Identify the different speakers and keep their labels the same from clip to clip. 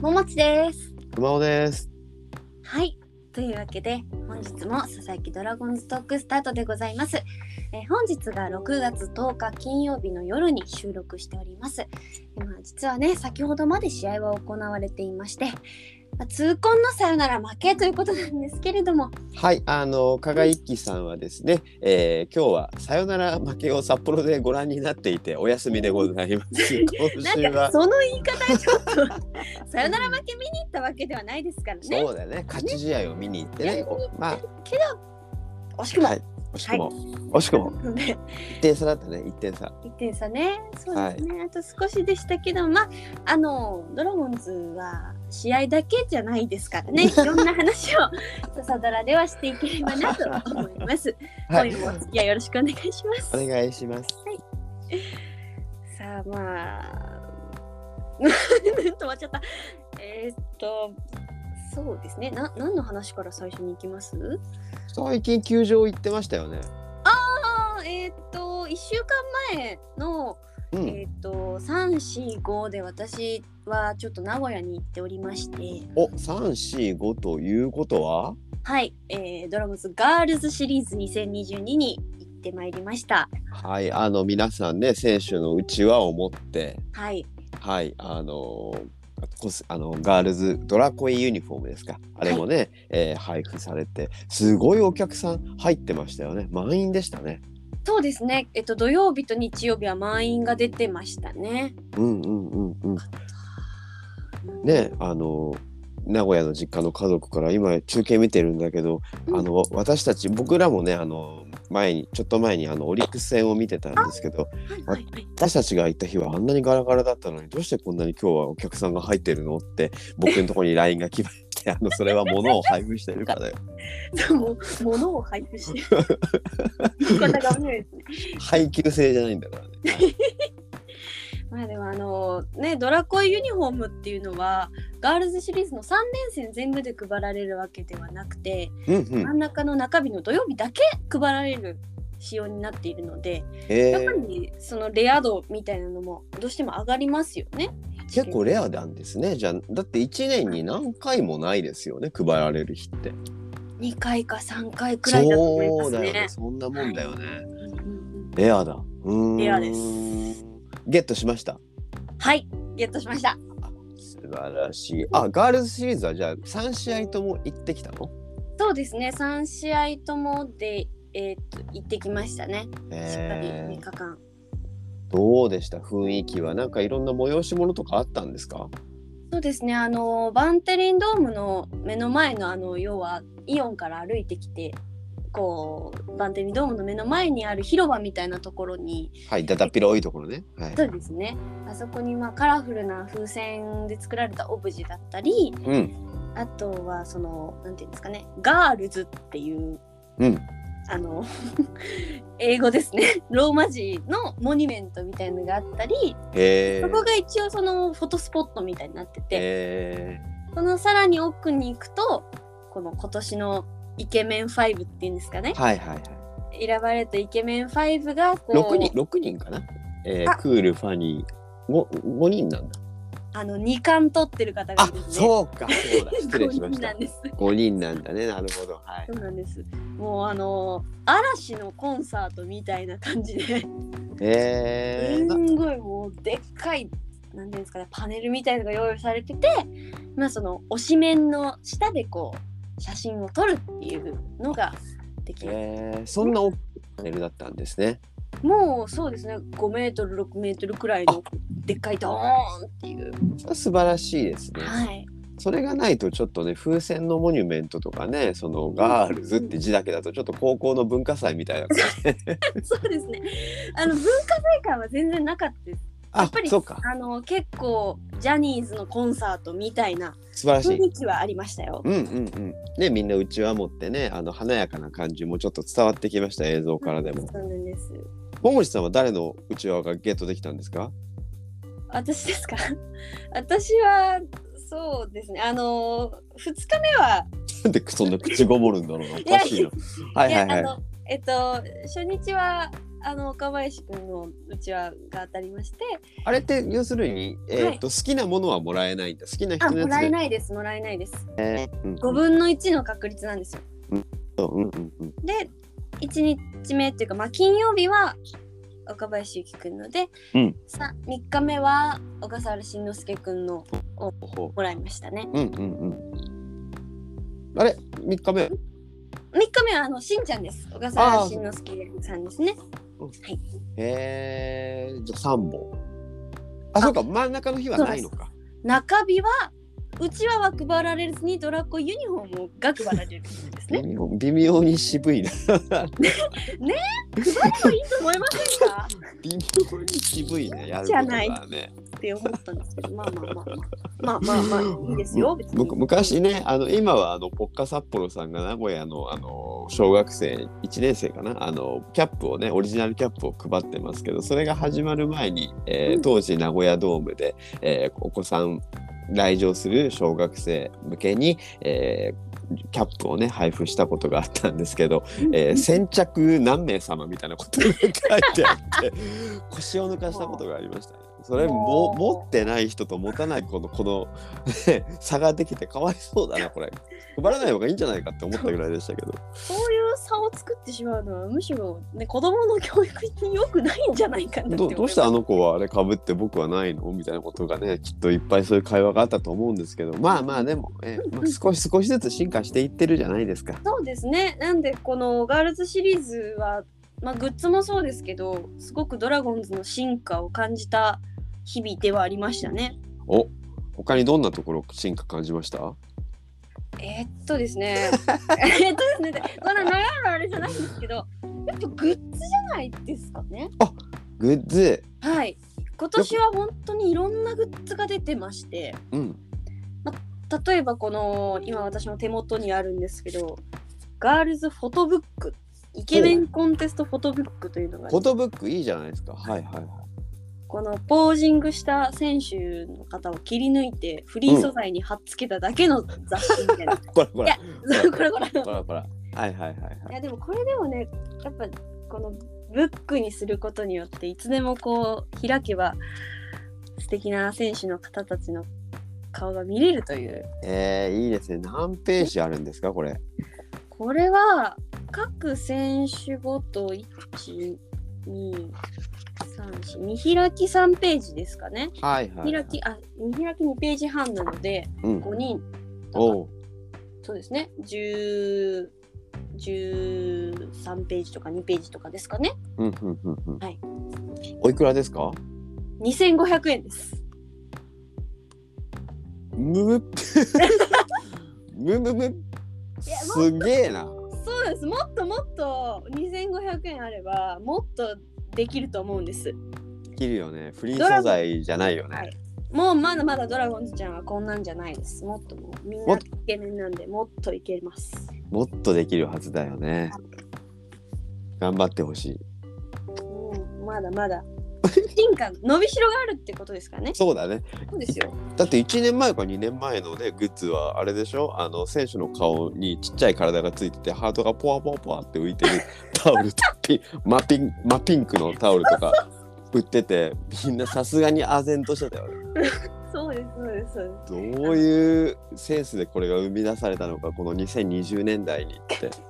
Speaker 1: ももちです。
Speaker 2: 熊尾です。
Speaker 1: はい。というわけで本日も佐々木ドラゴンズトークスタートでございます。えー本日が6月10日金曜日の夜に収録しております。えーまあ実はね先ほどまで試合は行われていまして、まあ痛恨のさよなら負けということなんですけれども、
Speaker 2: はい、あの加賀一騎さんはですね、えー、今日はさよなら負けを札幌でご覧になっていてお休みでございます。今週
Speaker 1: なんか
Speaker 2: は
Speaker 1: その言い方ちょっと さよなら負け見に行ったわけではないですからね。
Speaker 2: そうだよね、勝ち試合を見に行ってね、おまあ
Speaker 1: けど惜しくも。
Speaker 2: はい惜しくも、惜しくも
Speaker 1: で
Speaker 2: 一点差だったね、一点差。
Speaker 1: 1点差ね、そうですね、あと少しでしたけど、まあ、あのドラゴンズは試合だけじゃないですから ね、いろんな話を朝ドラではしていければなと思います。 今
Speaker 2: はい、
Speaker 1: 夜もお付き合いよろしくお願いします。
Speaker 2: お願いします。
Speaker 1: さあ、まあ、 止まっちゃった。えーっと、そうですね、な何の話から最初に行きます
Speaker 2: 最近球場行ってましたよね。
Speaker 1: あーえーっと、1週間前の
Speaker 2: うん、
Speaker 1: えっ、と345で私はちょっと名古屋に行っておりまして
Speaker 2: お、三四五ということは、
Speaker 1: はい、えードラムズガールズシリーズ2022に行ってまいりました
Speaker 2: はい、あの皆さんね、選手のうちわを持って。
Speaker 1: はい
Speaker 2: はい、あのーコスあのガールズドラコイユニフォームですかあれもね、えー配布されてすごいお客さん入ってましたよね満員でしたね
Speaker 1: そうですねえっ、と土曜日と日曜日は満員が出てましたね
Speaker 2: うんうんうんうんねあのー名古屋の実家の家族から今中継見てるんだけど、
Speaker 1: うん
Speaker 2: あの私たち僕らもねあの前にちょっと前にあのオリックス戦を見てたんですけど
Speaker 1: はいはいはい
Speaker 2: 私たちが行った日はあんなにガラガラだったのにどうしてこんなに今日はお客さんが入ってるのって僕のところに LINE が来ましてあのそれは物を配布してるか らだよ
Speaker 1: そうもう物を配布 してる言い方が面白いですね
Speaker 2: 配給制じゃないんだからね。
Speaker 1: まあでもあのねドラコイユニフォームっていうのはガールズシリーズの3連戦全部で配られるわけではなくて、
Speaker 2: うんうん
Speaker 1: 真。ん中の中日の土曜日だけ配られる仕様になっているので、
Speaker 2: え
Speaker 1: やっぱ
Speaker 2: ー、
Speaker 1: りそのレア度みたいなのもどうしても上がりますよね。
Speaker 2: 結構レアなんですね。じゃあだって1年に何回もないですよね配られる日って。
Speaker 1: 2回か3回くらいだと思いま
Speaker 2: そう
Speaker 1: す
Speaker 2: だよ
Speaker 1: ね
Speaker 2: ね。。そんなもんだよね。
Speaker 1: うんうん
Speaker 2: レアだ。うーん
Speaker 1: レアです。
Speaker 2: ゲットしました。
Speaker 1: はい、ゲットしました。
Speaker 2: 素晴らしい。あガールズシリーズはじゃあ3試合とも行ってきたの
Speaker 1: そうですね、3試合ともで、えーっと行ってきましたね。しっかり
Speaker 2: え
Speaker 1: 3
Speaker 2: ー
Speaker 1: 日間。
Speaker 2: どうでした雰囲気はなんかいろんな催し物とかあったんですか
Speaker 1: そうですね、あのバンテリンドームの目の前のあの要はイオンから歩いてきて。こうバンテリンドームの目の前にある広場みたいなところに
Speaker 2: はいだだっ広いところね。はい
Speaker 1: そ、うですねあそこにまあカラフルな風船で作られたオブジェだったり
Speaker 2: うん
Speaker 1: あとはそのなんていうんですかねガールズっていう、
Speaker 2: うん
Speaker 1: あの 英語ですねローマ字のモニュメントみたいのがあったり、
Speaker 2: へえ
Speaker 1: そこが一応そのフォトスポットみたいになってて、
Speaker 2: え
Speaker 1: そのさらに奥に行くとこの今年のイケメン5っていうんですかね
Speaker 2: ー、はいはいはい。
Speaker 1: 選ばれたイケメン5がこう
Speaker 2: 六人六人かな、え
Speaker 1: あ
Speaker 2: ー、クールファニー五五人なんだ。
Speaker 1: あの2冠取ってる方がい
Speaker 2: あ
Speaker 1: るんですね。
Speaker 2: そう かそうだ失礼しま
Speaker 1: 5人
Speaker 2: し
Speaker 1: な
Speaker 2: た
Speaker 1: ん。です
Speaker 2: 五人なんだねなるほどはい
Speaker 1: そ。うなんです。もうあの嵐のコンサートみたいな感じで、
Speaker 2: え
Speaker 1: す
Speaker 2: ー、なん
Speaker 1: ごいもうでっかい。なんていうんですかね、パネルみたいのが用意されてて、まあ、その推し面の下でこう写真を撮るっていうのができる、
Speaker 2: えー、そんな大きいパネルだったんですね。
Speaker 1: もうそうですね5メートル6メートルくらいのでっかいドーンっていう、
Speaker 2: それは素晴らしいですね。
Speaker 1: はい、
Speaker 2: それがないとちょっとね風船のモニュメントとかねそのガールズって字だけだとちょっと高校の文化祭みたいな感じ。
Speaker 1: そうですねあの文化祭感は全然なかったですや
Speaker 2: あ
Speaker 1: っぱり
Speaker 2: そうか
Speaker 1: あの結構ジャニーズのコンサートみたいな
Speaker 2: 素晴らしい
Speaker 1: 雰。囲気はありましたよ。
Speaker 2: うんうんうん。ねみんなうちわ持ってねあの華やかな感じもちょっと伝わってきました映像からでも。
Speaker 1: そうなんです。
Speaker 2: 桃地さんは誰のうちわがゲットできたんですか
Speaker 1: 私ですか。 私は。そうですね。あのー、二日目は。
Speaker 2: なんでそんな口ごもるんだろうなおかしいな。はいい
Speaker 1: や
Speaker 2: はい
Speaker 1: あ
Speaker 2: はい。
Speaker 1: の、えっと、初日は。あの岡林くんのうちわが当たりまして
Speaker 2: あれって要するに、えーっと好きなものはもらえないんだ好きな人
Speaker 1: あ
Speaker 2: のや
Speaker 1: も
Speaker 2: つ
Speaker 1: らえ
Speaker 2: で
Speaker 1: ないですもらえないです
Speaker 2: うん
Speaker 1: 5分の1の確率なんですよ
Speaker 2: うんうんうん
Speaker 1: で1日目っていうか、まあ、金曜日は若林ゆきくんので、
Speaker 2: うん
Speaker 1: さ3日目は小笠原慎之介くんの
Speaker 2: ほ
Speaker 1: もらいましたね
Speaker 2: ううんうんうんあれ三日目
Speaker 1: 3日目はあのしんちゃんです小笠原慎之介さんですね
Speaker 2: えー、じゃあ三本あそうか真ん中の日はないのか
Speaker 1: 中日はうちわは配られずにドラコユニフォームが配られるんです
Speaker 2: 微
Speaker 1: ね
Speaker 2: 妙微妙に渋いな
Speaker 1: 配ればいいと思いませんか
Speaker 2: 微妙に渋い ねやること
Speaker 1: じゃない
Speaker 2: がね
Speaker 1: って思ったんですけどまあまあまあまあまあまあまあいいですよ別に
Speaker 2: む昔ねあの今はあのポッカ札幌さんが名古屋のあの小学生1年生かなあのキャップをねオリジナルキャップを配ってますけどそれが始まる前に、えー
Speaker 1: うん
Speaker 2: 当時名古屋ドームで、えーお子さん来場する小学生向けに、えーキャップをね配布したことがあったんですけど、え ー先着何名様みたいなことが書いてあって 腰を抜かしたことがありましたね。それも
Speaker 1: もう
Speaker 2: 持ってない人と持たない子のこのね差ができてかわいそうだなこれ配らない方がいいんじゃないかって思ったぐらいでしたけど
Speaker 1: そういう差を作ってしまうのはむしろ、ね、子どもの教育に良くないんじゃないかなって
Speaker 2: ど
Speaker 1: 思
Speaker 2: う
Speaker 1: い
Speaker 2: どうしてあの子はあれかぶって僕はないのみたいなことがねきっといっぱいそういう会話があったと思うんですけどまあまあでも、えまあ、少し少しずつ進化していってるじゃないですか。
Speaker 1: そうですねなんでこのガールズシリーズは、まあ、グッズもそうですけどすごくドラゴンズの進化を感じた日々ではありましたね。
Speaker 2: お他にどんなところ進化感じました
Speaker 1: えーっとです ねえーっとですねまだ長いのあれじゃないんですけどやっぱグッズじゃないですかね。
Speaker 2: グッズ、
Speaker 1: はい今年は本当にいろんなグッズが出てまして。
Speaker 2: うん、
Speaker 1: 例えばこの今私の手元にあるんですけどガールズフォトブックイケメンコンテストフォトブックというのが
Speaker 2: フォトブックいいじゃないですか。はいはいはい。
Speaker 1: このポージングした選手の方を切り抜いてフリー素材に貼っつけただけの雑誌みた いな、
Speaker 2: こらこら
Speaker 1: いそうこれこれ
Speaker 2: こらこら。はいはいはいはい。
Speaker 1: いやでもこれでもねやっぱこのブックにすることによっていつでもこう開けば素敵な選手の方たちの顔が見れるという
Speaker 2: えー、いいですね。何ページあるんですか、これ。
Speaker 1: これは各選手ごと1234見開き3ページですかね
Speaker 2: はいはい、
Speaker 1: 見開きあ見開き2ページ半なので
Speaker 2: うん。
Speaker 1: 5人
Speaker 2: おう
Speaker 1: そうですね10 13ページとか2ページとかですかね
Speaker 2: うんうんうんうん。
Speaker 1: はい。
Speaker 2: おいくらですか。
Speaker 1: 2500円です
Speaker 2: むむ。むむむ。
Speaker 1: やも
Speaker 2: すげえな。
Speaker 1: そうですもっともっと2500円あればもっとできると思うんです
Speaker 2: 切るよね。フリ
Speaker 1: ド
Speaker 2: ー
Speaker 1: ラ
Speaker 2: 素材じゃないよね。
Speaker 1: もうまだまだドラゴンズちゃんはこんなんじゃないですもっともうみん
Speaker 2: も
Speaker 1: な
Speaker 2: っ
Speaker 1: イケメンなんでもっといけます
Speaker 2: もっとできるはずだよね。頑張ってほしい。
Speaker 1: うんまだまだ進化伸びしろがあるってことですからね
Speaker 2: そうだね。
Speaker 1: そうですよ
Speaker 2: だって1年前か2年前のねグッズはあれでしょあの選手の顔にちっちゃい体がついててハートがポワポワポワって浮いてるタオルとピンマピンマピンクのタオルとか売っててみんなさすがに唖然としてたよね
Speaker 1: そうですそうですそう
Speaker 2: どういうセンスでこれが生み出されたのかこの2020年代にって、
Speaker 1: です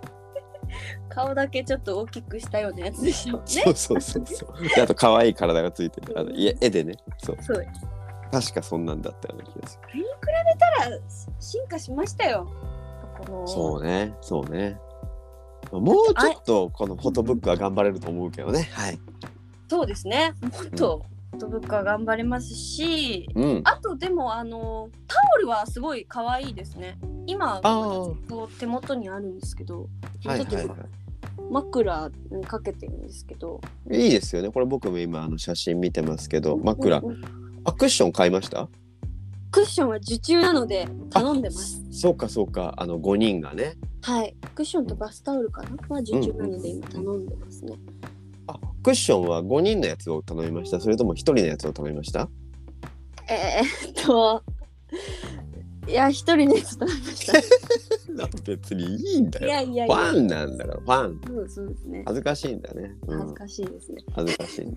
Speaker 1: 顔だけちょっと大きくしたようなやつでしょうね
Speaker 2: そうそうそうそうであと可愛い体がついてるあのいえ絵でねそう
Speaker 1: そうです
Speaker 2: 確かそんなんだったような気がする
Speaker 1: ただ進化しましたよこの
Speaker 2: そうねそうねもうちょっとこのフォトブックは頑張れると思うけどねはい
Speaker 1: そうですねもっとフォトブックは頑張れますし
Speaker 2: うん
Speaker 1: あとでもあのタオルはすごい可愛いですね今
Speaker 2: あ
Speaker 1: こう手元にあるんですけど
Speaker 2: あ、はい
Speaker 1: ちょっと
Speaker 2: はい、
Speaker 1: 今
Speaker 2: は
Speaker 1: 枕にかけてるんですけど
Speaker 2: い。いいですよね。これ僕も今あの写真見てますけど、枕
Speaker 1: う。んうん
Speaker 2: あ、クッション買いました。
Speaker 1: クッションは受注なので頼んでます
Speaker 2: そうか、そうか、あの五人がね。
Speaker 1: はい、クッションとバスタオルかなは受注なので今頼んでますね。
Speaker 2: あ、クッションは五人のやつを頼みました。それとも一人のやつを頼みました。
Speaker 1: えー、っと、いや一人で伝えました
Speaker 2: 別にいいんだ
Speaker 1: い
Speaker 2: よ。
Speaker 1: やいやい
Speaker 2: フ
Speaker 1: や
Speaker 2: ァンなんだから、ファン。
Speaker 1: そうそうですね
Speaker 2: 恥ずかしいんだね。う
Speaker 1: 恥ず
Speaker 2: ん、
Speaker 1: かしいですね、
Speaker 2: 恥ずかしい。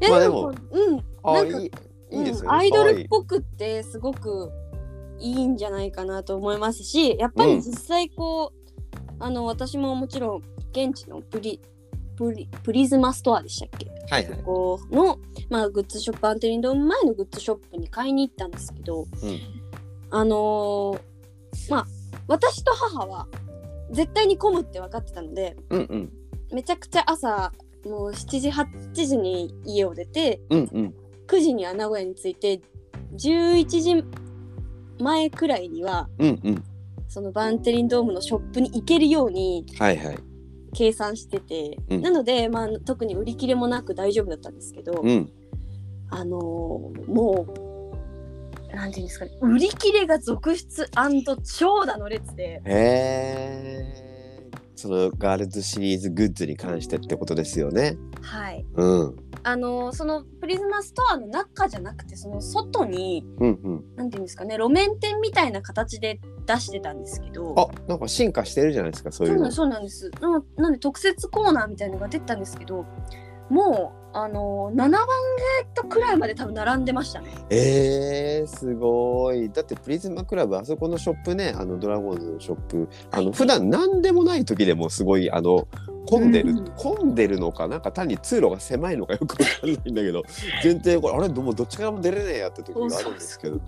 Speaker 1: え
Speaker 2: まあ
Speaker 1: でもうん
Speaker 2: あ、
Speaker 1: なんか
Speaker 2: いい。いいで
Speaker 1: う
Speaker 2: すよ、ね
Speaker 1: ん、アイド
Speaker 2: 可愛
Speaker 1: ル
Speaker 2: い
Speaker 1: っぽくってすごくいいんじゃないかなと思いますしやっぱり実際こう、あの私ももちろん現地のプリプリプリズマストアでしたっけ
Speaker 2: はいはい。
Speaker 1: こうの、まあ、グッズショップアンテリンドーム前のグッズショップに買いに行ったんですけど、
Speaker 2: ん
Speaker 1: あのーまあ私と母は絶対に混むって分かってたので
Speaker 2: うんうん。
Speaker 1: めちゃくちゃ朝もう7時8時に家を出て
Speaker 2: うんうん。
Speaker 1: 9時には名古屋に着いて11時前くらいには
Speaker 2: うんうん。
Speaker 1: そのバンテリンドームのショップに行けるように
Speaker 2: はいはい。
Speaker 1: 計算してて、
Speaker 2: うん
Speaker 1: なので、まあ、特に売り切れもなく大丈夫だったんですけど、
Speaker 2: うん。
Speaker 1: あのーもうなんていうんですかね売り切れが続出長蛇の列で
Speaker 2: へえ。そのガールズシリーズグッズに関してってことですよね。
Speaker 1: はい
Speaker 2: うん。
Speaker 1: あのーそのプリズマストアの中じゃなくてその外に
Speaker 2: うんうん。
Speaker 1: なんていうんですかね路面店みたいな形で出してたんですけど
Speaker 2: あ、なんか進化してるじゃないですか、そうい
Speaker 1: そううな
Speaker 2: の
Speaker 1: ん。そうなんですななんで特設コーナーみたいのが出てたんですけどもうあのー7番ゲートくらいまで多分並んでましたね
Speaker 2: えー、すごい。だってプリズマクラブあそこのショップね、あのドラゴンズのショップ、あの普段何でもない時でもすごいあの混んでる、
Speaker 1: うん
Speaker 2: 混んでるのかなんか単に通路が狭いのかよくわかんないんだけど、全然これあれどうもどっちからも出れねえやって時があるんですけど。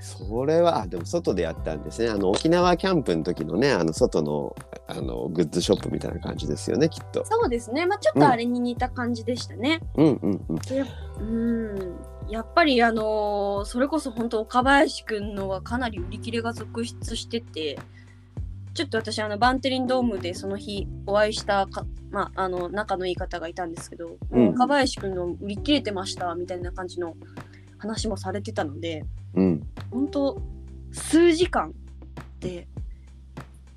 Speaker 2: それはあでも外でやったんですねあの沖縄キャンプの時のねあの外のあのグッズショップみたいな感じですよねきっと
Speaker 1: そうですねまあちょっとあれに似た感じでしたね、
Speaker 2: うんうんうん
Speaker 1: うんやっぱりあのーそれこそ本当岡林くんのはかなり売り切れが続出しててちょっと私あのバンテリンドームでその日お会いしたか、まあ、あの仲のいい方がいたんですけど、
Speaker 2: うん
Speaker 1: もう岡林くんの売り切れてましたみたいな感じの話もされてたので
Speaker 2: うん
Speaker 1: 本当数時間で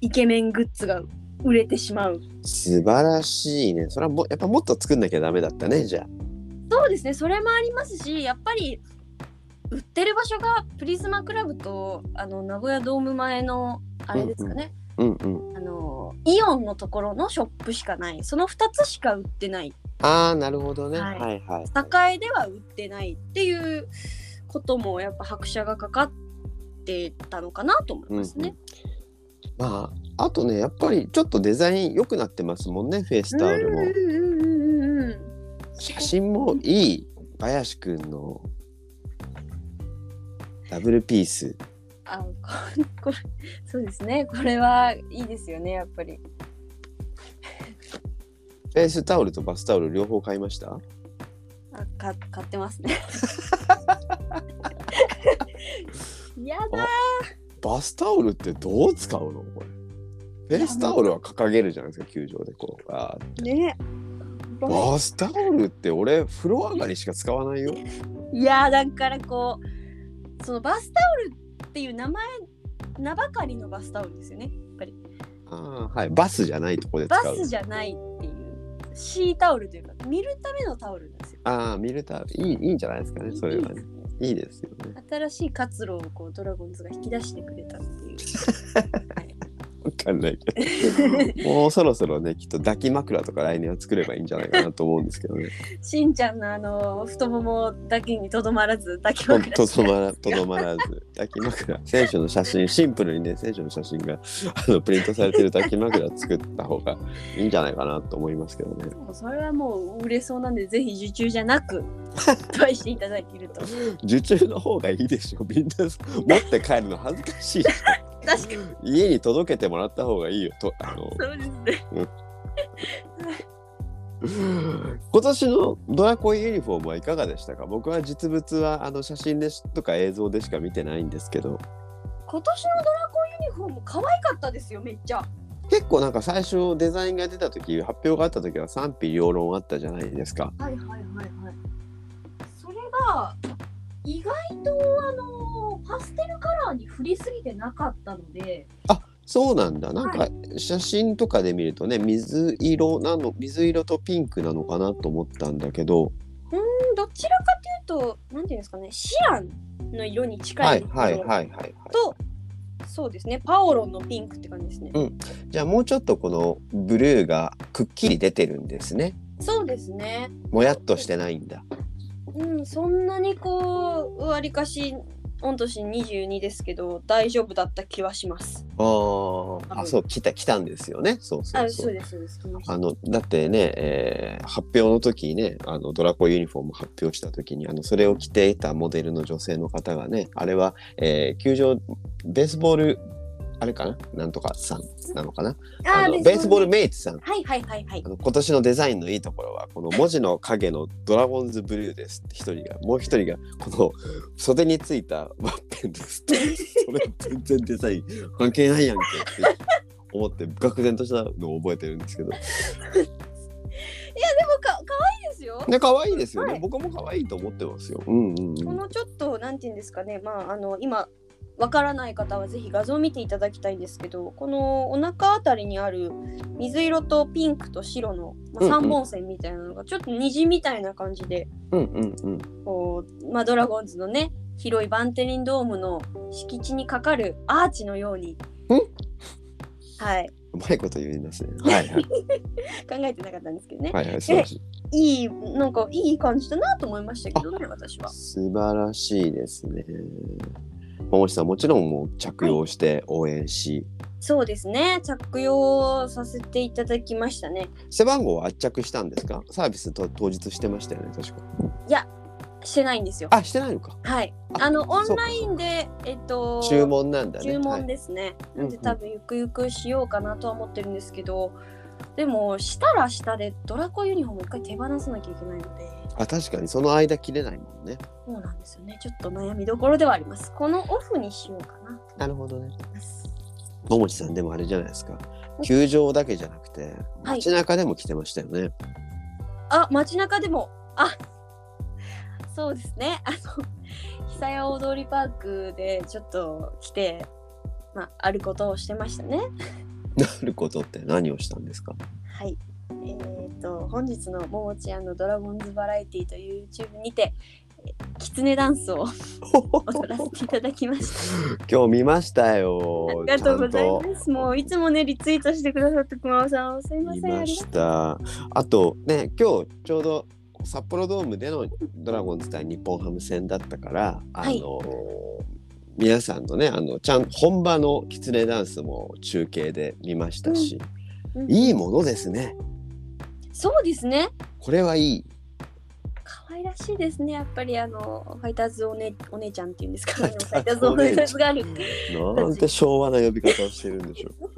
Speaker 1: イケメングッズが売れてしまう
Speaker 2: 素晴らしいね。それはもやっぱもっと作んなきゃダメだったね、じゃあ。
Speaker 1: そうですねそれもありますしやっぱり売ってる場所がプリズマクラブとあの名古屋ドーム前のあれですかね、
Speaker 2: うんうん。
Speaker 1: あのイオンのところのショップしかないその2つしか売ってない
Speaker 2: ああ、なるほどね。は
Speaker 1: はいい
Speaker 2: はい、
Speaker 1: 栄では売ってないっていうこともやっぱ拍車がかかってたのかなと思いますね。
Speaker 2: まあ、あとね、やっぱりちょっとデザイン良くなってますもんね、フェイスタオルも。
Speaker 1: うんうんうんうんうん
Speaker 2: 写真もいい、林くんの。ダブルピース。
Speaker 1: あこ これそうですねこれはいいですよねやっぱり。
Speaker 2: フェイスタオルとバスタオル両方買いました。
Speaker 1: あか買ってますね。 やだ
Speaker 2: バスタオルってどう使うの、これ。フェイスタオルは掲げるじゃないですか、球場でこう。あー
Speaker 1: ね。
Speaker 2: バスタオルって俺、風呂上がりしか使わないよ。
Speaker 1: いやだからこうそのバスタオルっていう名前名ばかりのバスタオルですよね。
Speaker 2: あーはい、バスじゃないとこで
Speaker 1: バ
Speaker 2: 使う
Speaker 1: ス。じゃないっていうシータオルというか見るためのタオルなんですよ。
Speaker 2: ああ、見れた。いい、いいんじゃないですかね。それはね。
Speaker 1: いいで
Speaker 2: いいですよね。
Speaker 1: すね新しい活路をこうドラゴンズが引き出してくれたっていう。
Speaker 2: わかんない けど。もうそろそろね、きっと抱き枕とか来年は作ればいいんじゃないかなと思うんですけ どね。
Speaker 1: しんちゃんのあの太ももだけにとどまらず抱き
Speaker 2: ほん
Speaker 1: 枕
Speaker 2: ととどまら、とどまらず。抱き枕。選手の写真、シンプルにね、選手の写真が、 あの、プリントされてる抱き枕作った方がいいんじゃないかなと思いますけどね。
Speaker 1: もうそれはもう売れそうなんでぜひ受注じゃなく発売していただけると
Speaker 2: 受注の方がいいでしょ。みんな持って帰るの恥ずかしいじゃん。
Speaker 1: 確か
Speaker 2: 家に届けてもらった方がいいよ。と、あの、
Speaker 1: そうですね
Speaker 2: 今年のドラコイユニフォームはいかがでしたか僕は実物はあの写真でしとか映像でしか見てないんですけど
Speaker 1: 今年のドラゴンユニフォーム可愛かったですよめっちゃ
Speaker 2: 結構なんか最初デザインが出た時発表があった時は賛否両論あったじゃないですか
Speaker 1: はいはいはいはいそれが意外とあのパステルカラーに振りすぎてなかったので
Speaker 2: そうなんだなんか写真とかで見るとね水色なの水色とピンクなのかなと思ったんだけど
Speaker 1: どちらかとっとなんていうんですかねシアンの色に近
Speaker 2: はいい
Speaker 1: んですけど
Speaker 2: はいはいはい。
Speaker 1: とそうですねパオロンのピンクって感じですね、
Speaker 2: うんじゃあもうちょっとこのブルーがくっきり出てるんですね。
Speaker 1: そうですね
Speaker 2: もやっとしてないんだ。
Speaker 1: うんそんなにこうわりかし御年22ですけど大丈夫だった気はします
Speaker 2: あーあ、そう来た来たんですよね。そうそ
Speaker 1: あ
Speaker 2: う
Speaker 1: そ
Speaker 2: そうう。
Speaker 1: ですそうです来ました
Speaker 2: あのだってね、えー発表の時にねあのドラコユニフォーム発表した時にあのそれを着ていたモデルの女性の方がねあれは、えー球場ベースボールあれかななんとかさんなのかなあのベースボールメイツさん
Speaker 1: はいはいはいはい
Speaker 2: あの今年のデザインのいいところはこの文字の影の「ドラゴンズブルー」ですって一人がもう一人がこの袖についたワッペンですって それ全然デザイン関係ないやんけって思って愕然としたのを覚えてるんですけど
Speaker 1: でもか可愛いですよ
Speaker 2: ね可愛いですよね、
Speaker 1: はい
Speaker 2: 僕も可愛いと思ってますよ。うんうんう
Speaker 1: こ
Speaker 2: ん
Speaker 1: のちょっとなんていうんですかねまああの今わからない方はぜひ画像を見ていただきたいんですけどこのお腹あたりにある水色とピンクと白の、まあ、
Speaker 2: うんうん
Speaker 1: 3本線みたいなのがちょっと虹みたいな感じで
Speaker 2: うんうんうん
Speaker 1: こう、まあ、ドラゴンズのね広いバンテリンドームの敷地にかかるアーチのように
Speaker 2: ん
Speaker 1: はい、
Speaker 2: うまいこと言います ね。はいはい
Speaker 1: 考えてなかったんですけどね、
Speaker 2: はいはい素晴らしい
Speaker 1: いいなんかいい感じだなと思いましたけどね私は
Speaker 2: 素晴らしいですね。桃地さんもちろんもう着用して応援し、
Speaker 1: そうですね着用させていただきましたね
Speaker 2: 背番号は圧着したんですかサービスと当日してましたよね確か
Speaker 1: してないんですよ
Speaker 2: あしてないのか
Speaker 1: はい
Speaker 2: あ
Speaker 1: あのオ
Speaker 2: そ
Speaker 1: ン
Speaker 2: うか
Speaker 1: ラインでえっと
Speaker 2: 注文なんだね
Speaker 1: 注
Speaker 2: はい
Speaker 1: 文ですね、
Speaker 2: うんうん
Speaker 1: で多分ゆくゆくしようかなとは思ってるんですけどでもしたら下でドラコユニフォーム一回手放さなきゃいけないので
Speaker 2: あ確かにその間切れないもんね
Speaker 1: そうなんですよねちょっと悩みどころではありますこのオフにしようかなと
Speaker 2: なるほどね
Speaker 1: 思います
Speaker 2: 桃地さんでもあれじゃないですか球場だけじゃなくて
Speaker 1: はい
Speaker 2: 街中でも来てましたよね、
Speaker 1: あ街中でもあそうですねあの久屋大通りパークでちょっと来てまああることをしてましたね
Speaker 2: なることって何をしたんですか
Speaker 1: はい。えっ、と本日のももちゃんのドラゴンズバラエティという YouTube にて、えーキツネダンス を踊らせていただきました。
Speaker 2: 今日見ました
Speaker 1: あ
Speaker 2: よ
Speaker 1: りがとうござい
Speaker 2: ちゃん
Speaker 1: ます。もういつもねリツイートしてくださって熊尾さん、すいま
Speaker 2: 見
Speaker 1: せん。あ
Speaker 2: ま
Speaker 1: りが
Speaker 2: したあとね今日ちょうど札幌ドームでのドラゴンズ対日本ハム戦だったからあの、
Speaker 1: はい
Speaker 2: 皆さんのねあのちゃん本場のキツネダンスも中継で見ましたし、
Speaker 1: とう。
Speaker 2: いい
Speaker 1: ん。
Speaker 2: ものですね
Speaker 1: そうですね。
Speaker 2: これはいい
Speaker 1: 可愛らしいですね。やっぱりあのファイターズおねお姉ちゃんっていうんですかね。フ
Speaker 2: ァ
Speaker 1: ァ
Speaker 2: イ
Speaker 1: イ
Speaker 2: タ
Speaker 1: ター
Speaker 2: ーズ
Speaker 1: ズ
Speaker 2: お
Speaker 1: お
Speaker 2: 姉
Speaker 1: 姉
Speaker 2: ちゃん
Speaker 1: ちゃんがある。
Speaker 2: なんて昭和な呼び方をしてるんでしょう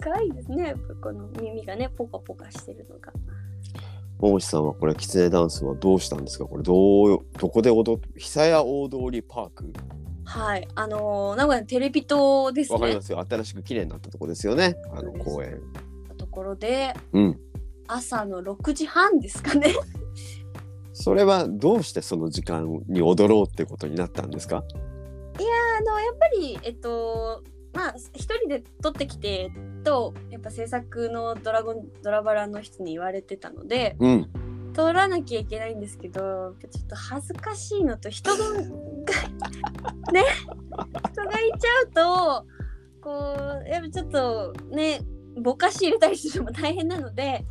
Speaker 1: 可愛いですね。やっぱこの耳がねポカポカしてるのが。
Speaker 2: 桃地さんはこれキツネダンスはどうしたんですかこれどうどこで踊っ久屋大通りパーク
Speaker 1: はい。あの名古屋のテレビ塔です
Speaker 2: わかり
Speaker 1: ね
Speaker 2: ま。すよ 新しく綺麗になったとこですよねあの公園
Speaker 1: ところで
Speaker 2: うん
Speaker 1: 朝の6時半ですかね
Speaker 2: それはどうしてその時間に踊ろうってことになったんですか。
Speaker 1: あのやっぱりえっとまあ一人で撮ってきてとやっぱ制作のドラゴンドラバラの人に言われてたので
Speaker 2: うん。
Speaker 1: 撮らなきゃいけないんですけどちょっと恥ずかしいのと人ががね人がいちゃうとこうやっぱちょっとねぼかし入れたりするのも大変なので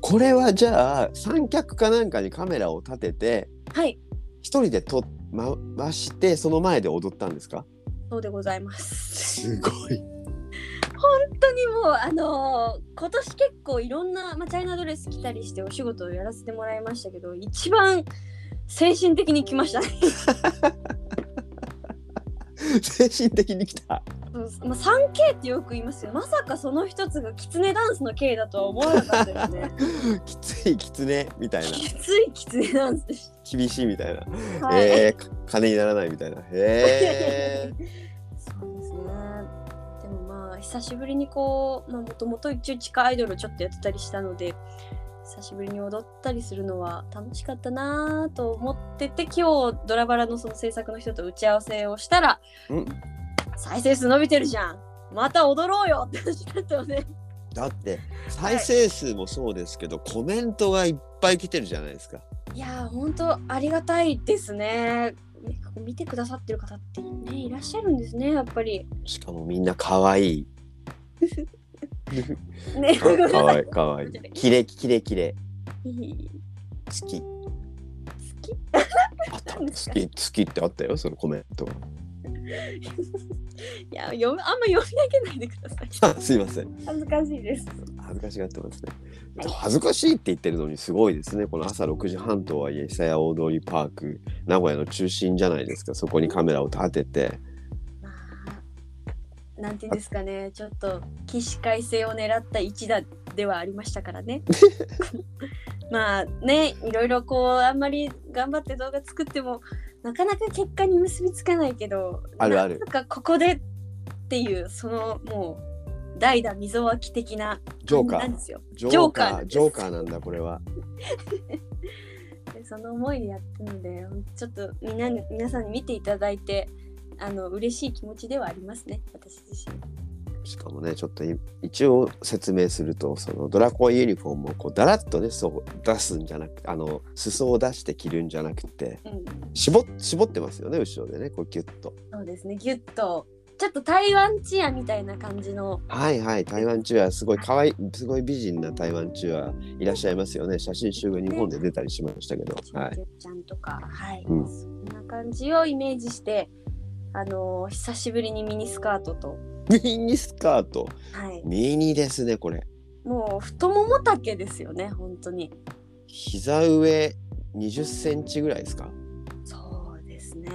Speaker 2: これはじゃあ三脚かなんかにカメラを立てて
Speaker 1: はい
Speaker 2: 一人でとま回してその前で踊ったんですか。
Speaker 1: そうでございます。
Speaker 2: すごい。
Speaker 1: 本当にもうあのー今年結構いろんな、まあ、チャイナドレス着たりしてお仕事をやらせてもらいましたけど一番精神的に来ましたね、
Speaker 2: 精神的にきた。
Speaker 1: まあ、3K ってよく言いますけどまさかその一つがキツネダンスの K だとは思わなかったですね
Speaker 2: きついきつねみたいな
Speaker 1: きついキツネダンスでし
Speaker 2: 厳しいみたいな。
Speaker 1: た、はい
Speaker 2: えーか金にならないみたいな。へえ。
Speaker 1: そうですねでもまあ久しぶりにこうもともと一応地下アイドルをちょっとやってたりしたので久しぶりに踊ったりするのは楽しかったなぁと思ってて今日ドラバラのその制作の人と打ち合わせをしたら「
Speaker 2: うん
Speaker 1: 再生数伸びてるじゃんまた踊ろうよ」って話だったので
Speaker 2: だって再生数もそうですけど、コメントがいっぱい来てるじゃないですか。
Speaker 1: いやー本当ありがたいですね。ねこう見てくださってる方ってねいらっしゃるんですねやっぱり。
Speaker 2: しかもみんな可愛い。
Speaker 1: ねごめんな
Speaker 2: 可
Speaker 1: さ
Speaker 2: 愛い可愛い。 キレキレキレ
Speaker 1: い。
Speaker 2: 好き。
Speaker 1: 好き
Speaker 2: あった好き好きってあったよそのコメント。
Speaker 1: いや読むあんま読み上げないでください。
Speaker 2: あ すいません
Speaker 1: 恥ずかしいです。
Speaker 2: 恥ずかしがってますね。恥ずかしいって言ってるのにすごいですねこの朝6時半とはいえ久屋大通パーク名古屋の中心じゃないですかそこにカメラを立てて
Speaker 1: まあなんていうんですかねちょっと起死回生を狙った一打ではありましたから ね。まあねいろいろこうあんまり頑張って動画作ってもなかなか結果に結びつかないけど
Speaker 2: あるある
Speaker 1: なんかここでっていうそのもう代打溝脇的な
Speaker 2: ジョーカ
Speaker 1: 感じなん
Speaker 2: ー
Speaker 1: ですよ
Speaker 2: ジョーカ
Speaker 1: ジョーカーで
Speaker 2: ー
Speaker 1: す
Speaker 2: ジョーカーなんだこれは。
Speaker 1: でその思いでやってるのでちょっとみんなに皆さんに見ていただいてあの嬉しい気持ちではありますね私自身。
Speaker 2: しかもねちょっとい一応説明するとそのドラコアユニフォームをこうだらっとねそう出すんじゃなくあの裾を出して着るんじゃなくて
Speaker 1: うん
Speaker 2: 絞っ絞ってますよね後ろでねこうギュッと。
Speaker 1: そうですね、ギュッと。ちょっと台湾チアみたいな感じの。
Speaker 2: はいはい台湾チアすごい可愛いすごい美人な台湾チアいらっしゃいますよね写真集が日本で出たりしましたけど、はい、
Speaker 1: ちゃんとか、はい、
Speaker 2: うん
Speaker 1: そんな感じをイメージして、あのー久しぶりにミニスカートと、
Speaker 2: ミニスカート
Speaker 1: はい、
Speaker 2: ミニですねこれ
Speaker 1: もう太もも丈ですよね、本当に。
Speaker 2: 膝上20センチぐらいですか
Speaker 1: そうですね、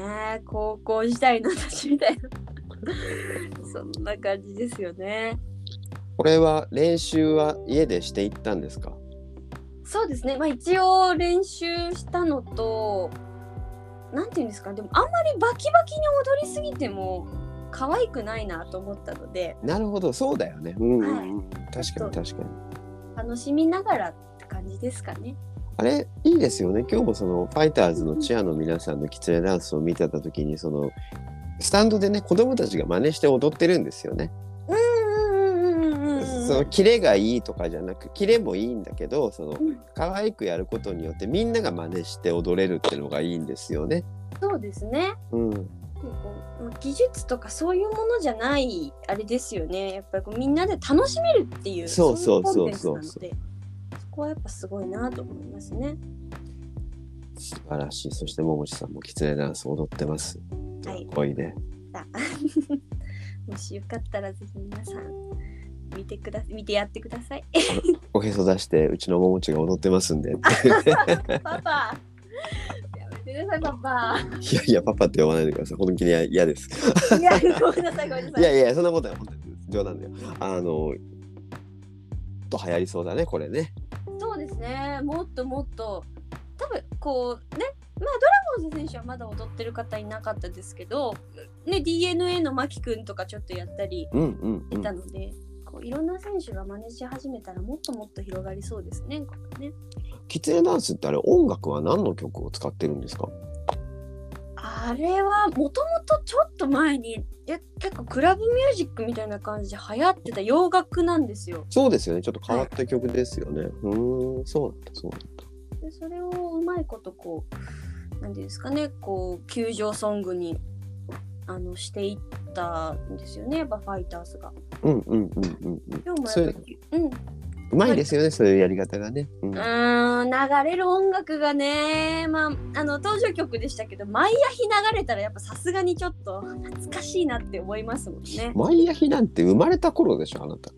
Speaker 1: 高校時代の私みた いな。そんな感じですよね。
Speaker 2: これは練習は家でしていったんですか
Speaker 1: そうですね、まあ、一応練習したのと、なんていうんですか、でもあんまりバキバキに踊りすぎても可愛くないなと思ったので、
Speaker 2: なるほどそうだよねうんうんうん、確かに確かに
Speaker 1: 楽しみながらって感じですかね。
Speaker 2: あれいいですよね今日もそのファイターズのチアの皆さんのキツネダンスを見てた時にそのスタンドでね子供たちが真似して踊ってるんですよね
Speaker 1: うんうんうんうん
Speaker 2: そのキレがいいとかじゃなくキレもいいんだけどその
Speaker 1: うん
Speaker 2: 可愛くやることによってみんなが真似して踊れるってのがいいんですよね。
Speaker 1: そうですね。
Speaker 2: うん、
Speaker 1: こうまあ技術とかそういうものじゃないあれですよね。やっぱりこうみんなで楽しめるっていう
Speaker 2: そうそう
Speaker 1: いコンテンツなので
Speaker 2: そうそ
Speaker 1: そこはやっぱすごいなと思いますね。
Speaker 2: 素晴らしいそして桃地さんもキツネダンス踊ってます。
Speaker 1: はい
Speaker 2: かっこいいね。
Speaker 1: さあもしよかった らぜひ皆さん見てくだ見てやってくだ さい。
Speaker 2: おへそ出してうちの桃地が踊ってますんで
Speaker 1: パパやめてくださいパパ。
Speaker 2: いやいやパパって呼ばないでください本当に嫌嫌です。
Speaker 1: いやごめんなさいごめんなさい。
Speaker 2: いやいやそんなことは本当に冗談だよ。あのちょっと流行りそうだねこれね。
Speaker 1: そうですね、もっともっと、多分こうね、まあドラゴンズ選手はまだ踊ってる方いなかったですけど、ね、d n a の牧くんとかちょっとやったり
Speaker 2: うんうん、う
Speaker 1: い
Speaker 2: ん
Speaker 1: た。ので、こういろんな選手が真似し始めたら、もっともっと広がりそうですね、これね。
Speaker 2: キツネダンスってあれ音楽は何の曲を使ってるんですか
Speaker 1: あれはもともとちょっと前にえ結構クラブミュージックみたいな感じで流行ってた洋楽なんですよ。
Speaker 2: そうですよね。ちょっと変わった曲ですよね。うーん、そうなんだ、そうなんだ。
Speaker 1: でそれをうまいことこう何ていうんですかねこう球場ソングにあのしていったんですよねやっぱファイターズが。
Speaker 2: うんうんうんうんうん。
Speaker 1: 今日もやっぱりうん、う
Speaker 2: うまいですよね、そういうやり方がね。うん、
Speaker 1: ーん流れる音楽がねまああの登場曲でしたけど毎朝流れたらやっぱさすがにちょっと懐かしいなって思いますもんね。
Speaker 2: 毎朝日なんて生まれた頃でしょ、あなた。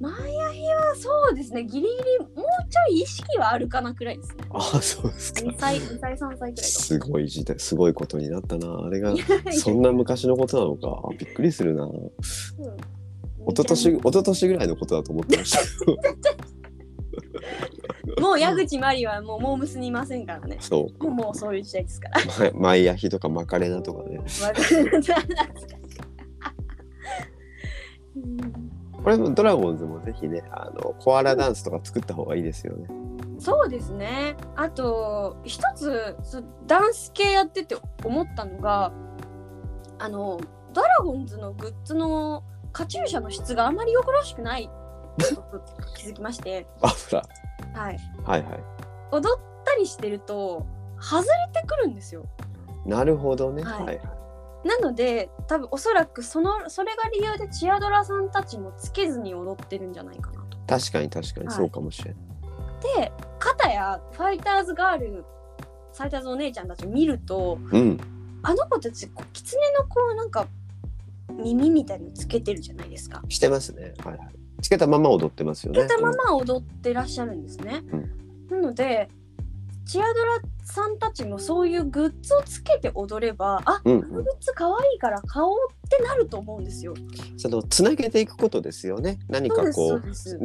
Speaker 1: 毎朝はそうですねギリギリもうちょい意識はあるかなくらいですね。
Speaker 2: ああ、そうですか
Speaker 1: 2。歳2歳3歳くらいか
Speaker 2: すごい時代、すごいことになったな。あれが、
Speaker 1: も。
Speaker 2: そんな昔のことなのか。あびっくりするな。
Speaker 1: うん
Speaker 2: 一昨年、一昨年ぐらいのことだと思ってまし た。
Speaker 1: もう矢口真理はもうモームスにいませんからね。
Speaker 2: そう。
Speaker 1: もうもうそういう時代ですから。
Speaker 2: ま毎朝日とかマカレナとかね。
Speaker 1: わかる懐かしいうん
Speaker 2: これもドラゴンズもぜひね、あの、コアラダンスとか作った方がいいですよね。
Speaker 1: そうですね。あと一つそうダンス系やってて思ったのが、あのドラゴンズのグッズのカチューシャの質があまりよくらしくないこと気づきまして、
Speaker 2: あほら
Speaker 1: はい、
Speaker 2: はいはい
Speaker 1: 踊ったりしてると外れてくるんですよ。
Speaker 2: なるほどね、
Speaker 1: は
Speaker 2: はいいはい、
Speaker 1: なので多分おそらくそのそれが理由でチアドラさんたちもつけずに踊ってるんじゃないかなと。
Speaker 2: 確かに確か
Speaker 1: は
Speaker 2: に
Speaker 1: い
Speaker 2: そうかもしれない、
Speaker 1: で片やファイターズガールファイターズお姉ちゃんたちを見ると
Speaker 2: うん
Speaker 1: あの子たちこう狐のこうなんか耳みたいのつけてるじゃないですか。
Speaker 2: してますねはいはいつけたまま踊ってますよ
Speaker 1: つ
Speaker 2: ね
Speaker 1: けたまま踊ってらっしゃるんですね。
Speaker 2: う
Speaker 1: なのでチアドラさんたちもそういうグッズをつけて踊ればあ
Speaker 2: うん、
Speaker 1: こ
Speaker 2: う
Speaker 1: の
Speaker 2: ん
Speaker 1: グッズ可愛いから買おうってなると思うんですよ。
Speaker 2: そのつなげていくことですよね何
Speaker 1: そう
Speaker 2: か
Speaker 1: です
Speaker 2: こ
Speaker 1: そううです。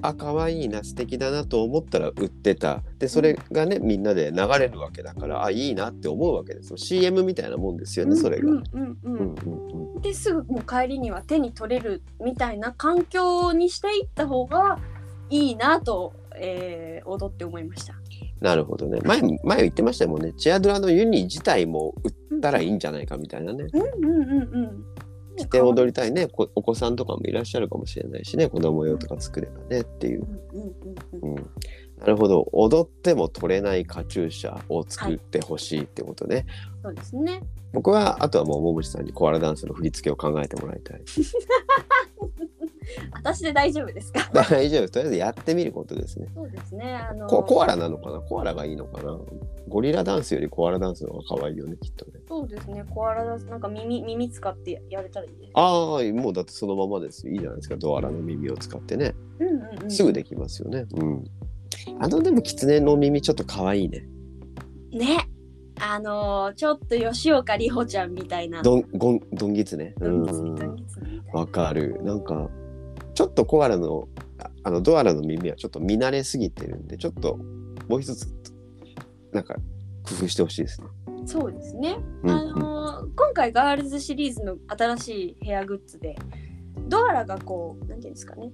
Speaker 2: あ可愛いな素敵だなと思ったら売ってたでそれがねみんなで流れるわけだからあいいなって思うわけですよ CM みたいなもんですよねそれが。
Speaker 1: う
Speaker 2: う
Speaker 1: う
Speaker 2: ん
Speaker 1: んうんうん
Speaker 2: んうんうん
Speaker 1: ですぐもう帰りには手に取れるみたいな環境にしていった方がいいなと、えー、踊って思いました。
Speaker 2: なるほどね前も前言ってましたもんねチアドラのユニ自体も売ったらいいんじゃないかみたいなね
Speaker 1: うんうんうんうん。
Speaker 2: 着て踊りたいねこお子さんとかもいらっしゃるかもしれないしね子供用とか作ればねっていう
Speaker 1: う、んうんうんうん
Speaker 2: うん、なるほど踊っても取れないカチューシャを作ってほしいってことね、
Speaker 1: そうですね。
Speaker 2: 僕はあとはもう桃地さんにコアラダンスの振り付けを考えてもらいたい
Speaker 1: 私で大丈夫ですか。
Speaker 2: 大丈夫とりあえずやってみることですね
Speaker 1: そうですね。あの
Speaker 2: ココアラなのかなコアラがいいのかなゴリラダンスよりコアラダンスの方が可愛いよねきっとね
Speaker 1: そうですね。コアラだなんか耳耳使ってやれたらいいです。
Speaker 2: ああもうだってそのままですよいいじゃないですかドアラの耳を使ってね
Speaker 1: うんうんうん。
Speaker 2: すぐできますよねうんあのでも狐の耳ちょっと可愛いね
Speaker 1: ね。あのちょっと吉岡里帆ちゃんみたいな。
Speaker 2: どんごんどんぎつねう
Speaker 1: どんぎつねどん
Speaker 2: ん
Speaker 1: ぎつねみたいな
Speaker 2: わかるなんかちょっとコアラのああのドアラの耳はちょっと見慣れすぎてるんでちょっともう一つなんか工夫してほしいですね
Speaker 1: そうですね。
Speaker 2: うん
Speaker 1: あのー今回ガールズシリーズの新しいヘアグッズでドアラがこうなんていうんですかね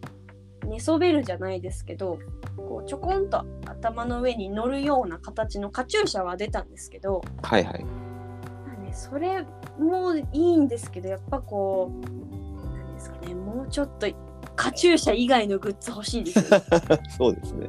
Speaker 1: 寝そべるじゃないですけどこうちょこんと頭の上に乗るような形のカチューシャは出たんですけど、
Speaker 2: はいはい
Speaker 1: まあね、それもいいんですけどやっぱこうなんですかねもうちょっとカチューシャ以外のグッズ欲しいですよね
Speaker 2: そうですね。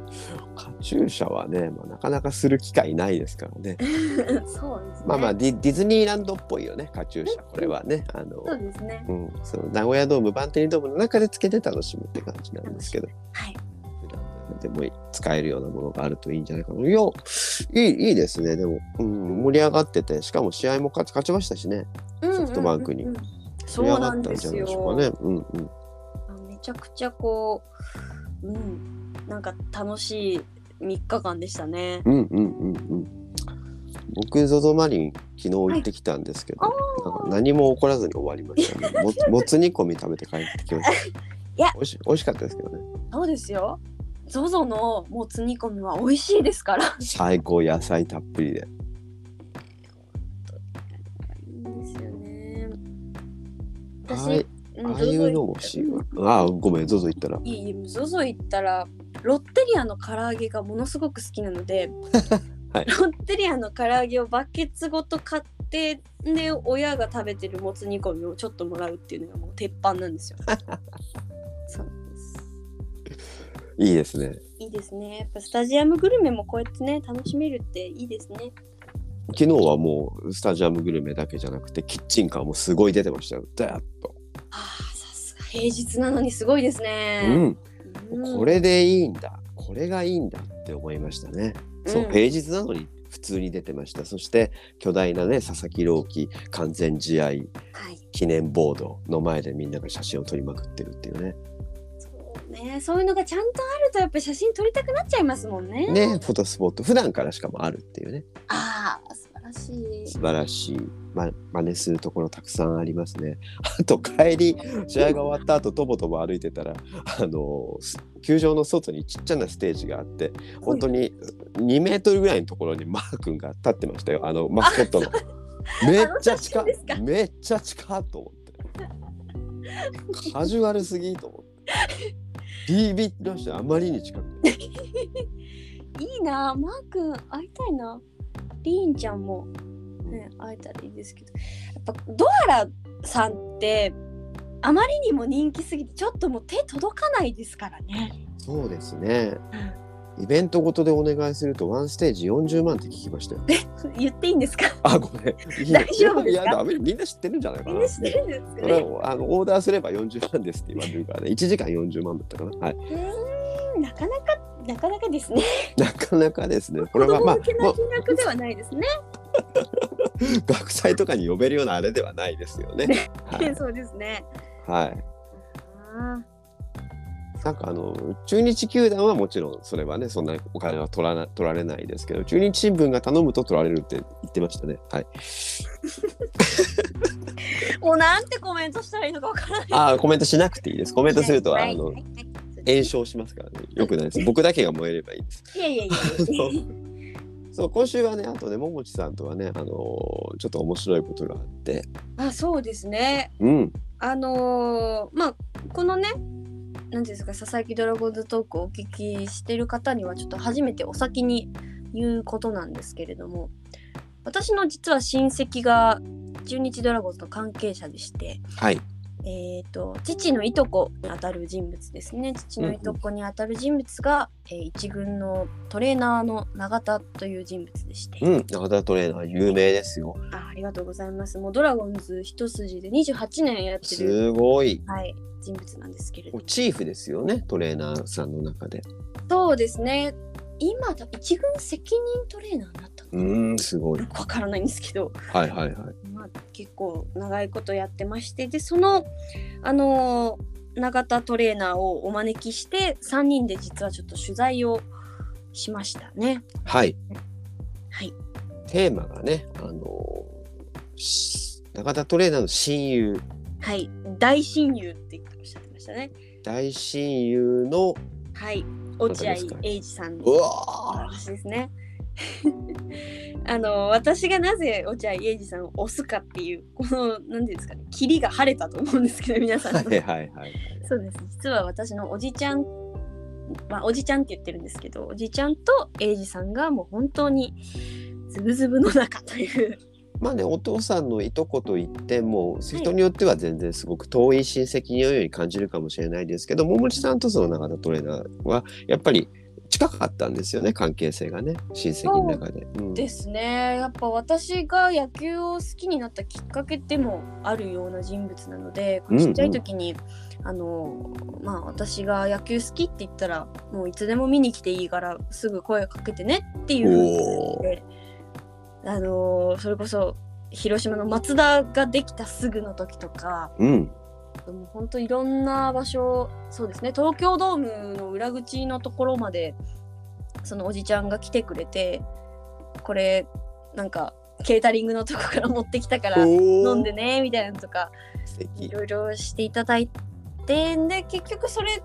Speaker 2: カチューシャはね、まあ、なかなかする機会ないですからね。
Speaker 1: そうですね。
Speaker 2: まあまあディディズニーランドっぽいよね、カチューシャ。これはね、あの、
Speaker 1: そうですね。
Speaker 2: うん、その名古屋ドーム、バンテリンドームの中でつけて楽しむって感じなんですけど、
Speaker 1: はい。
Speaker 2: でも使えるようなものがあるといいんじゃないかな。いや、いいいいですね。でも、うん、盛り上がってて、しかも試合も勝ち勝ちましたしね。ソフトバンクに
Speaker 1: うんうんうんそうなんです
Speaker 2: 盛り
Speaker 1: よ。
Speaker 2: 上がったんじゃないでしょうかね。うんうん。
Speaker 1: めちゃくちゃこう、うん、なんか楽しい3日間でしたね。
Speaker 2: うんうんうんうん。僕、ZOZO マリン、昨日行ってきたんですけど、
Speaker 1: はい
Speaker 2: なんか何も起こらずに終わりました、ね。ももつ煮込み食べて帰ってきました。
Speaker 1: や
Speaker 2: おいし美味しかったですけどね。
Speaker 1: そうですよ。ゾゾのもつ煮込みは美味しいですから。
Speaker 2: 最高、野菜たっぷりで。
Speaker 1: いいですよね。私、
Speaker 2: あい
Speaker 1: うん
Speaker 2: ああいうのも欲しいわ。ああ、ごめん、ZOZO 行ったら。
Speaker 1: いいいゾゾ行ったらロッテリアの唐揚げがものすごく好きなの で、
Speaker 2: はい
Speaker 1: ロッテリアの唐揚げをバケツごと買ってで親が食べてるもつ煮込みをちょっともらうっていうのがもう鉄板なんですよ。 そうなんです
Speaker 2: いいですね。
Speaker 1: いいですね。やっぱスタジアムグルメもこうやってね楽しめるっていいですね。
Speaker 2: 昨日はもうスタジアムグルメだけじゃなくて、キッチンカーもすごい出てましたよ。だーっと。
Speaker 1: ああさすが平日なのにすごいです
Speaker 2: う
Speaker 1: ね。
Speaker 2: ん。
Speaker 1: うん
Speaker 2: これでいいんだこれがいいんだって思いましたね。そう
Speaker 1: うん
Speaker 2: 平日なのに普通に出てましたそして巨大なね佐々木朗希完全試合
Speaker 1: はい。
Speaker 2: 記念ボードの前でみんなが写真を撮りまくってるっていうね
Speaker 1: そうねそういうのがちゃんとあるとやっぱ写真撮りたくなっちゃいますもんね。
Speaker 2: ねフォトスポット普段からしかもあるっていうね
Speaker 1: ああ素晴らしい。
Speaker 2: 素晴らしい、ま、真似するところたくさんありますね あと帰り試合が終わった後とぼとぼ歩いてたらあのす球場の外にちっちゃなステージがあって本当に2メートルぐらいのところにマー君が立ってましたよあのマスコットのめっちゃ近
Speaker 1: あの写真ですか
Speaker 2: っめっちゃ近っと思ってカジュアルすぎと思ってビビってましたあまりに近くて
Speaker 1: いいなあマー君会いたいなリーンちゃんも、ね、会えたらいいですけどやっぱドアラさんってあまりにも人気すぎてちょっともう手届かないですからね。
Speaker 2: そうですね。イベントごとでお願いするとワンステージ40万って聞きましたよ。
Speaker 1: 言っていいんですか？
Speaker 2: あごめん。いや
Speaker 1: 大丈夫ですか
Speaker 2: いやダメみんな知ってるんじゃないか
Speaker 1: み
Speaker 2: な。
Speaker 1: んな知ってるんですか
Speaker 2: それ
Speaker 1: ね？
Speaker 2: をあのオーダーすれば40万ですって言われるからね。1時間40万だったかな。はい。
Speaker 1: うーんなかなかなかなかですね。
Speaker 2: なかなかですね。こ
Speaker 1: 子
Speaker 2: れはま
Speaker 1: 供
Speaker 2: あ
Speaker 1: 向け
Speaker 2: も
Speaker 1: な
Speaker 2: う
Speaker 1: 金額ではないですね。
Speaker 2: 学祭とかに呼べるようなあれではないですよね。はい。
Speaker 1: そうですね。
Speaker 2: はい。
Speaker 1: あ
Speaker 2: なんかあの中日球団はもちろんそれはねそんなお金は取らな取られないですけど中日新聞が頼むと取られるって言ってましたね。はい。
Speaker 1: ーもうなんてコメントしたらいいのかわからない。
Speaker 2: あーコメントしなくていいです。コメントすると
Speaker 1: は
Speaker 2: あ
Speaker 1: い
Speaker 2: の
Speaker 1: はいはい
Speaker 2: 炎症しますからね。よくないです。僕だけが燃えればいいです。
Speaker 1: いやいやいや。
Speaker 2: そう今週はねあとね桃地さんとはねあのーちょっと面白いことがあって。
Speaker 1: あそうですね。
Speaker 2: うん。
Speaker 1: あのーまあこのね何ですか佐々木ドラゴンズトークをお聞きしてる方にはちょっと初めてお先に言うことなんですけれども私の実は親戚が中日ドラゴンズの関係者でして、
Speaker 2: はい。
Speaker 1: えー、と父のいとこにあたる人物ですね父のいとこにあたる人物が、えー一軍のトレーナーの永田という人物でして、
Speaker 2: うん。中田トレーナー有名ですよ。
Speaker 1: あありがとうございますもうドラゴンズ一筋で28年やってる、
Speaker 2: すごい。
Speaker 1: はい、人物なんですけれども
Speaker 2: こうチーフですよねトレーナーさんの中で。
Speaker 1: そうですね。今多分一軍責任トレーナーになったの
Speaker 2: うーんすごい
Speaker 1: よ。くわからないんですけど、
Speaker 2: はいはいはい。
Speaker 1: まあ、結構長いことやってましてでそのあのー永田トレーナーをお招きして3人で実はちょっと取材をしましたね。
Speaker 2: はい。
Speaker 1: はい。
Speaker 2: テーマがねあのーし中田トレーナーの親友
Speaker 1: はい、大親友っておっしゃってましたね。
Speaker 2: 大親友の
Speaker 1: はい、
Speaker 2: ん
Speaker 1: 落合
Speaker 2: ですか
Speaker 1: 英二さん
Speaker 2: うわ
Speaker 1: 私ですね。 あの私がなぜ落合英二さんを推すかっていうこの何ていうんですかね霧が晴れたと思うんですけど皆さ
Speaker 2: ー
Speaker 1: ん、
Speaker 2: はいはいはい。
Speaker 1: そうです実は私のおじちゃん、まあ、おじちゃんって言ってるんですけどおじちゃんと英二さんがもう本当にズブズブの中という
Speaker 2: まあねお父さんのいとこと言っても人によっては全然すごく遠い親戚のように感じるかもしれないですけど桃地さんとその中田トレーナーはやっぱり近かったんですよね関係性がね親戚の中で。うん
Speaker 1: ですねやっぱ私が野球を好きになったきっかけでもあるような人物なので
Speaker 2: うんうん
Speaker 1: ちっちゃい時に、あのまあ私が野球好きって言ったらもういつでも見に来ていいからすぐ声かけてねっていう
Speaker 2: おー
Speaker 1: であのそれこそ広島の松田ができたすぐの時とか
Speaker 2: うん
Speaker 1: もう本当いろんな場所そうですね東京ドームの裏口のところまでそのおじちゃんが来てくれてこれなんかケータリングのとこから持ってきたから
Speaker 2: 飲
Speaker 1: 飲んでねみたいなのとか
Speaker 2: 素
Speaker 1: い
Speaker 2: 敵
Speaker 1: ろいろしていただいてで結局それがや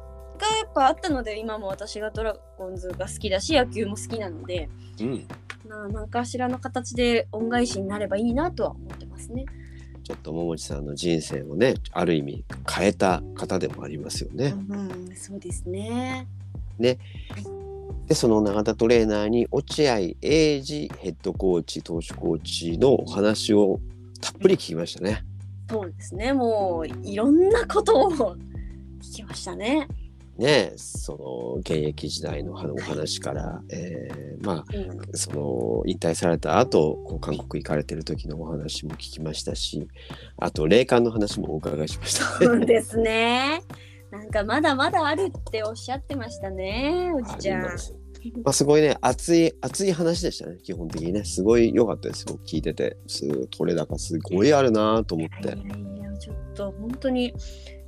Speaker 1: っぱあったので今も私がドラゴンズが好きだし野球も好きなので
Speaker 2: うん
Speaker 1: な何かしらの形で恩返しになればいいなとは思ってますね。
Speaker 2: ちょっと桃地さんの人生をねある意味変えた方でもありますよね。
Speaker 1: うん、そうですね。
Speaker 2: でその永田トレーナーに落合英二ヘッドコーチ投手コーチのお話をたっぷり聞きましたね。
Speaker 1: そうですね。もういろんなことを聞きましたね。
Speaker 2: ねえその現役時代のお話から、えーまあ
Speaker 1: うん、
Speaker 2: その引退された後こう韓国行かれてる時のお話も聞きましたしあと霊感の話もお伺いしましたね、
Speaker 1: そうですね。なんかまだまだあるっておっしゃってましたね、おじちゃん。
Speaker 2: あり ますまあ、すごいね熱い熱い話でしたね基本的にねすごい良かったです僕聞いててす取れ高すごいあるなと思っ
Speaker 1: いや
Speaker 2: て
Speaker 1: いやいやちょっと本当に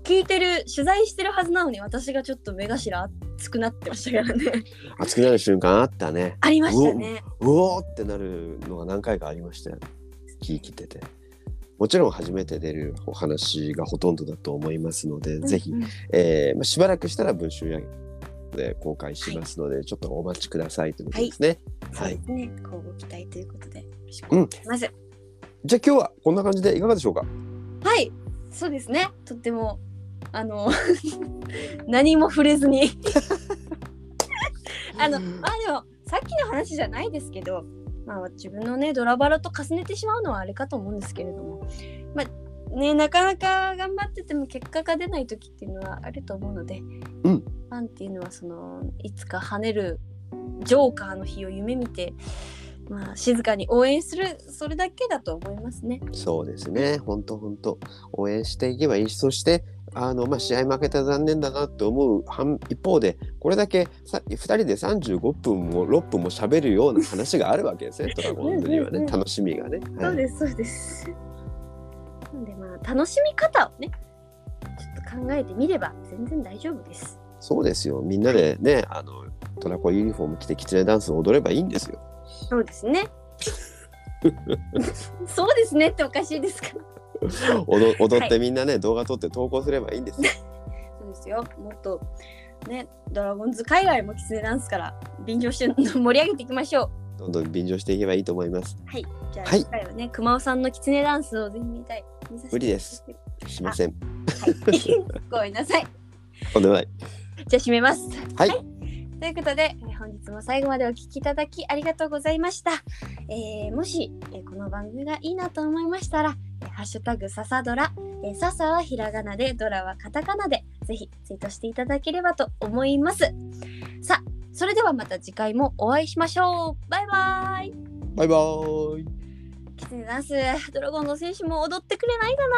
Speaker 1: 聞いてる取材してるはずなのに私がちょっと目頭熱くなってましたから ね。
Speaker 2: 熱くなる瞬間あったね
Speaker 1: ありましたね。
Speaker 2: うおーってなるのが何回かありましたよ聞いててもちろん初めて出るお話がほとんどだと思いますので、ぜひ
Speaker 1: うんうん
Speaker 2: えーまあ、しばらくしたら文集やで公開しますので、ちょっとお待ちくださいということですね。
Speaker 1: そ
Speaker 2: は
Speaker 1: う
Speaker 2: い、
Speaker 1: ですね。こうご期待ということで。よろしくお願いします。
Speaker 2: じゃあ今日はこんな感じでいかがでしょうか。
Speaker 1: はい、そうですね。とってもあの 何も触れずにあのまあでもさっきの話じゃないですけど、まあ自分のねドラバラと重ねてしまうのはあれかと思うんですけれども、まあね、なかなか頑張ってても結果が出ない時っていうのはあると思うので、
Speaker 2: うん
Speaker 1: ファンっていうのはそのいつか跳ねるジョーカーの日を夢見て、まあ、静かに応援するそれだけだと思いますね。
Speaker 2: そうですね、本当本当応援していけばいいし、そしてあの、まあ、試合負けたら残念だなと思う反一方で、これだけさ2人で35分も6分も喋るような話があるわけですね、ドラゴンズに は
Speaker 1: うんうんうん
Speaker 2: ね、楽しみがね。はい
Speaker 1: すそうです。なんでまあ楽しみ方をねちょっと考えてみれば全然大丈夫です。
Speaker 2: そうですよ、みんなでね、あのトラコユニフォーム着て、キツネダンスを踊ればいいんです よ。
Speaker 1: そうですね。 そうですねっておかしいですか
Speaker 2: 踊踊ってみんなね、動画撮って投稿すればいいんですよ。
Speaker 1: そうですよ。もっとね、ドラゴンズ海外もキツネダンスから便乗して盛り上げていきましょう。
Speaker 2: どんどん便乗していけばいいと思います。
Speaker 1: はい。じゃあ
Speaker 2: はい
Speaker 1: 次回はね、熊尾さんのキツネダンスをぜひ見たい。見させて
Speaker 2: 無理です。しません。
Speaker 1: ごめんなさい。
Speaker 2: とんでもない。
Speaker 1: じゃあ締めます。
Speaker 2: はい
Speaker 1: ということで、えー本日も最後までお聞きいただきありがとうございました。えーもし、えーこの番組がいいなと思いましたら、えーハッシュタグササドラ、えーササはひらがなで、ドラはカタカナで、ぜひツイートしていただければと思います。さあ、それではまた次回もお会いしましょう。バイバイ。
Speaker 2: バイバーイ。
Speaker 1: キツネダンス、ドラゴンの選手も踊ってくれないかな